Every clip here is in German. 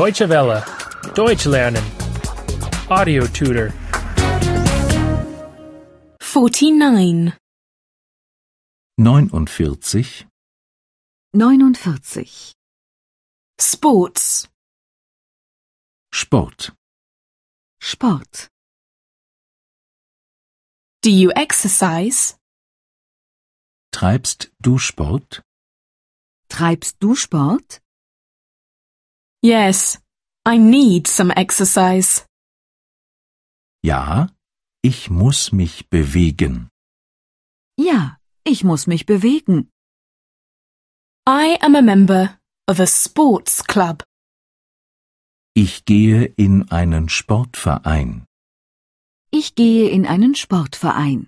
Deutsche Welle. Deutsch lernen. Audio tutor. 49. 49 49. Sports. Sport. Sport. Do you exercise? Treibst du Sport? Treibst du Sport? Yes. I need some exercise. Ja, ich muss mich bewegen. Ja, ich muss mich bewegen. I am a member of a sports club. Ich gehe in einen Sportverein. Ich gehe in einen Sportverein.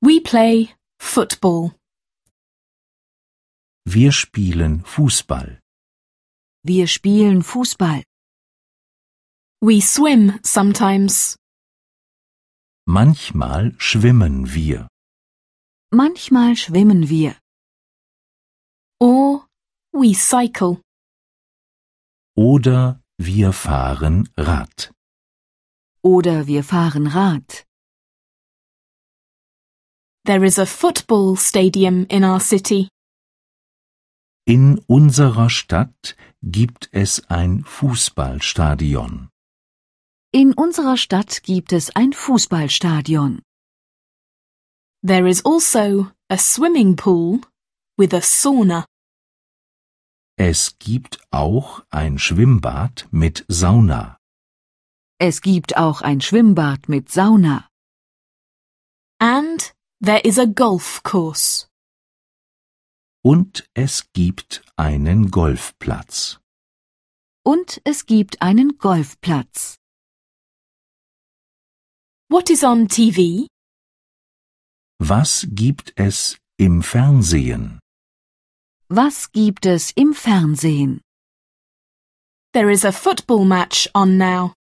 We play football. Wir spielen Fußball. Wir spielen Fußball. We swim sometimes. Manchmal schwimmen wir. Manchmal schwimmen wir Or we cycle. Oder wir fahren Rad. oder wir fahren Rad. There is a football stadium in our city. In unserer Stadt gibt es ein Fußballstadion. In unserer Stadt gibt es ein Fußballstadion. There is also a swimming pool with a sauna. Es gibt auch ein Schwimmbad mit Sauna. Es gibt auch ein Schwimmbad mit Sauna And there is a golf course. Und es gibt einen Golfplatz. und es gibt einen Golfplatz. What is on TV? Was gibt es im Fernsehen? Was gibt es im Fernsehen? There is a football match on now.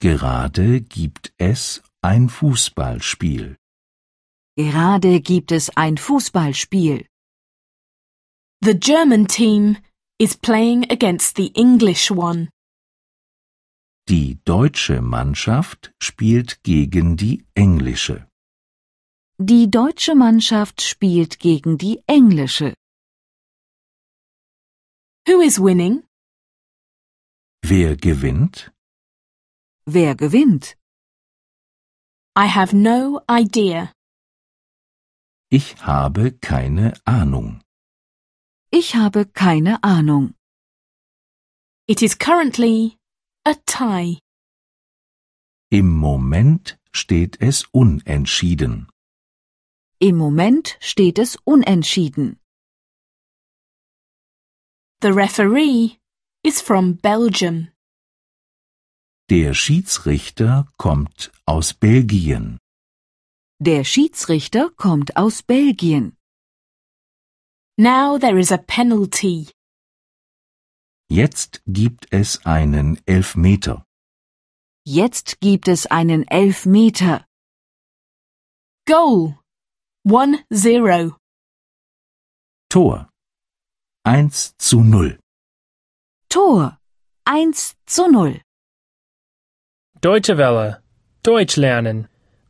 Gerade gibt es ein Fußballspiel. Gerade gibt es ein Fußballspiel. The German team is playing against the English one. Die deutsche Mannschaft spielt gegen die englische. Die deutsche Mannschaft spielt gegen die englische. Who is winning? Wer gewinnt? Wer gewinnt? I have no idea. Ich habe keine Ahnung. Ich habe keine Ahnung. It is currently a tie. Im Moment steht es unentschieden. Im Moment steht es unentschieden. The referee is from Belgium. Der Schiedsrichter kommt aus Belgien. Der Schiedsrichter kommt aus Belgien. Now there is a penalty. Jetzt gibt es einen Elfmeter. Jetzt gibt es einen Elfmeter. Goal 1 0. Tor. 1 zu 0. Tor. 1 zu 0. Deutsche Welle. Deutsch lernen.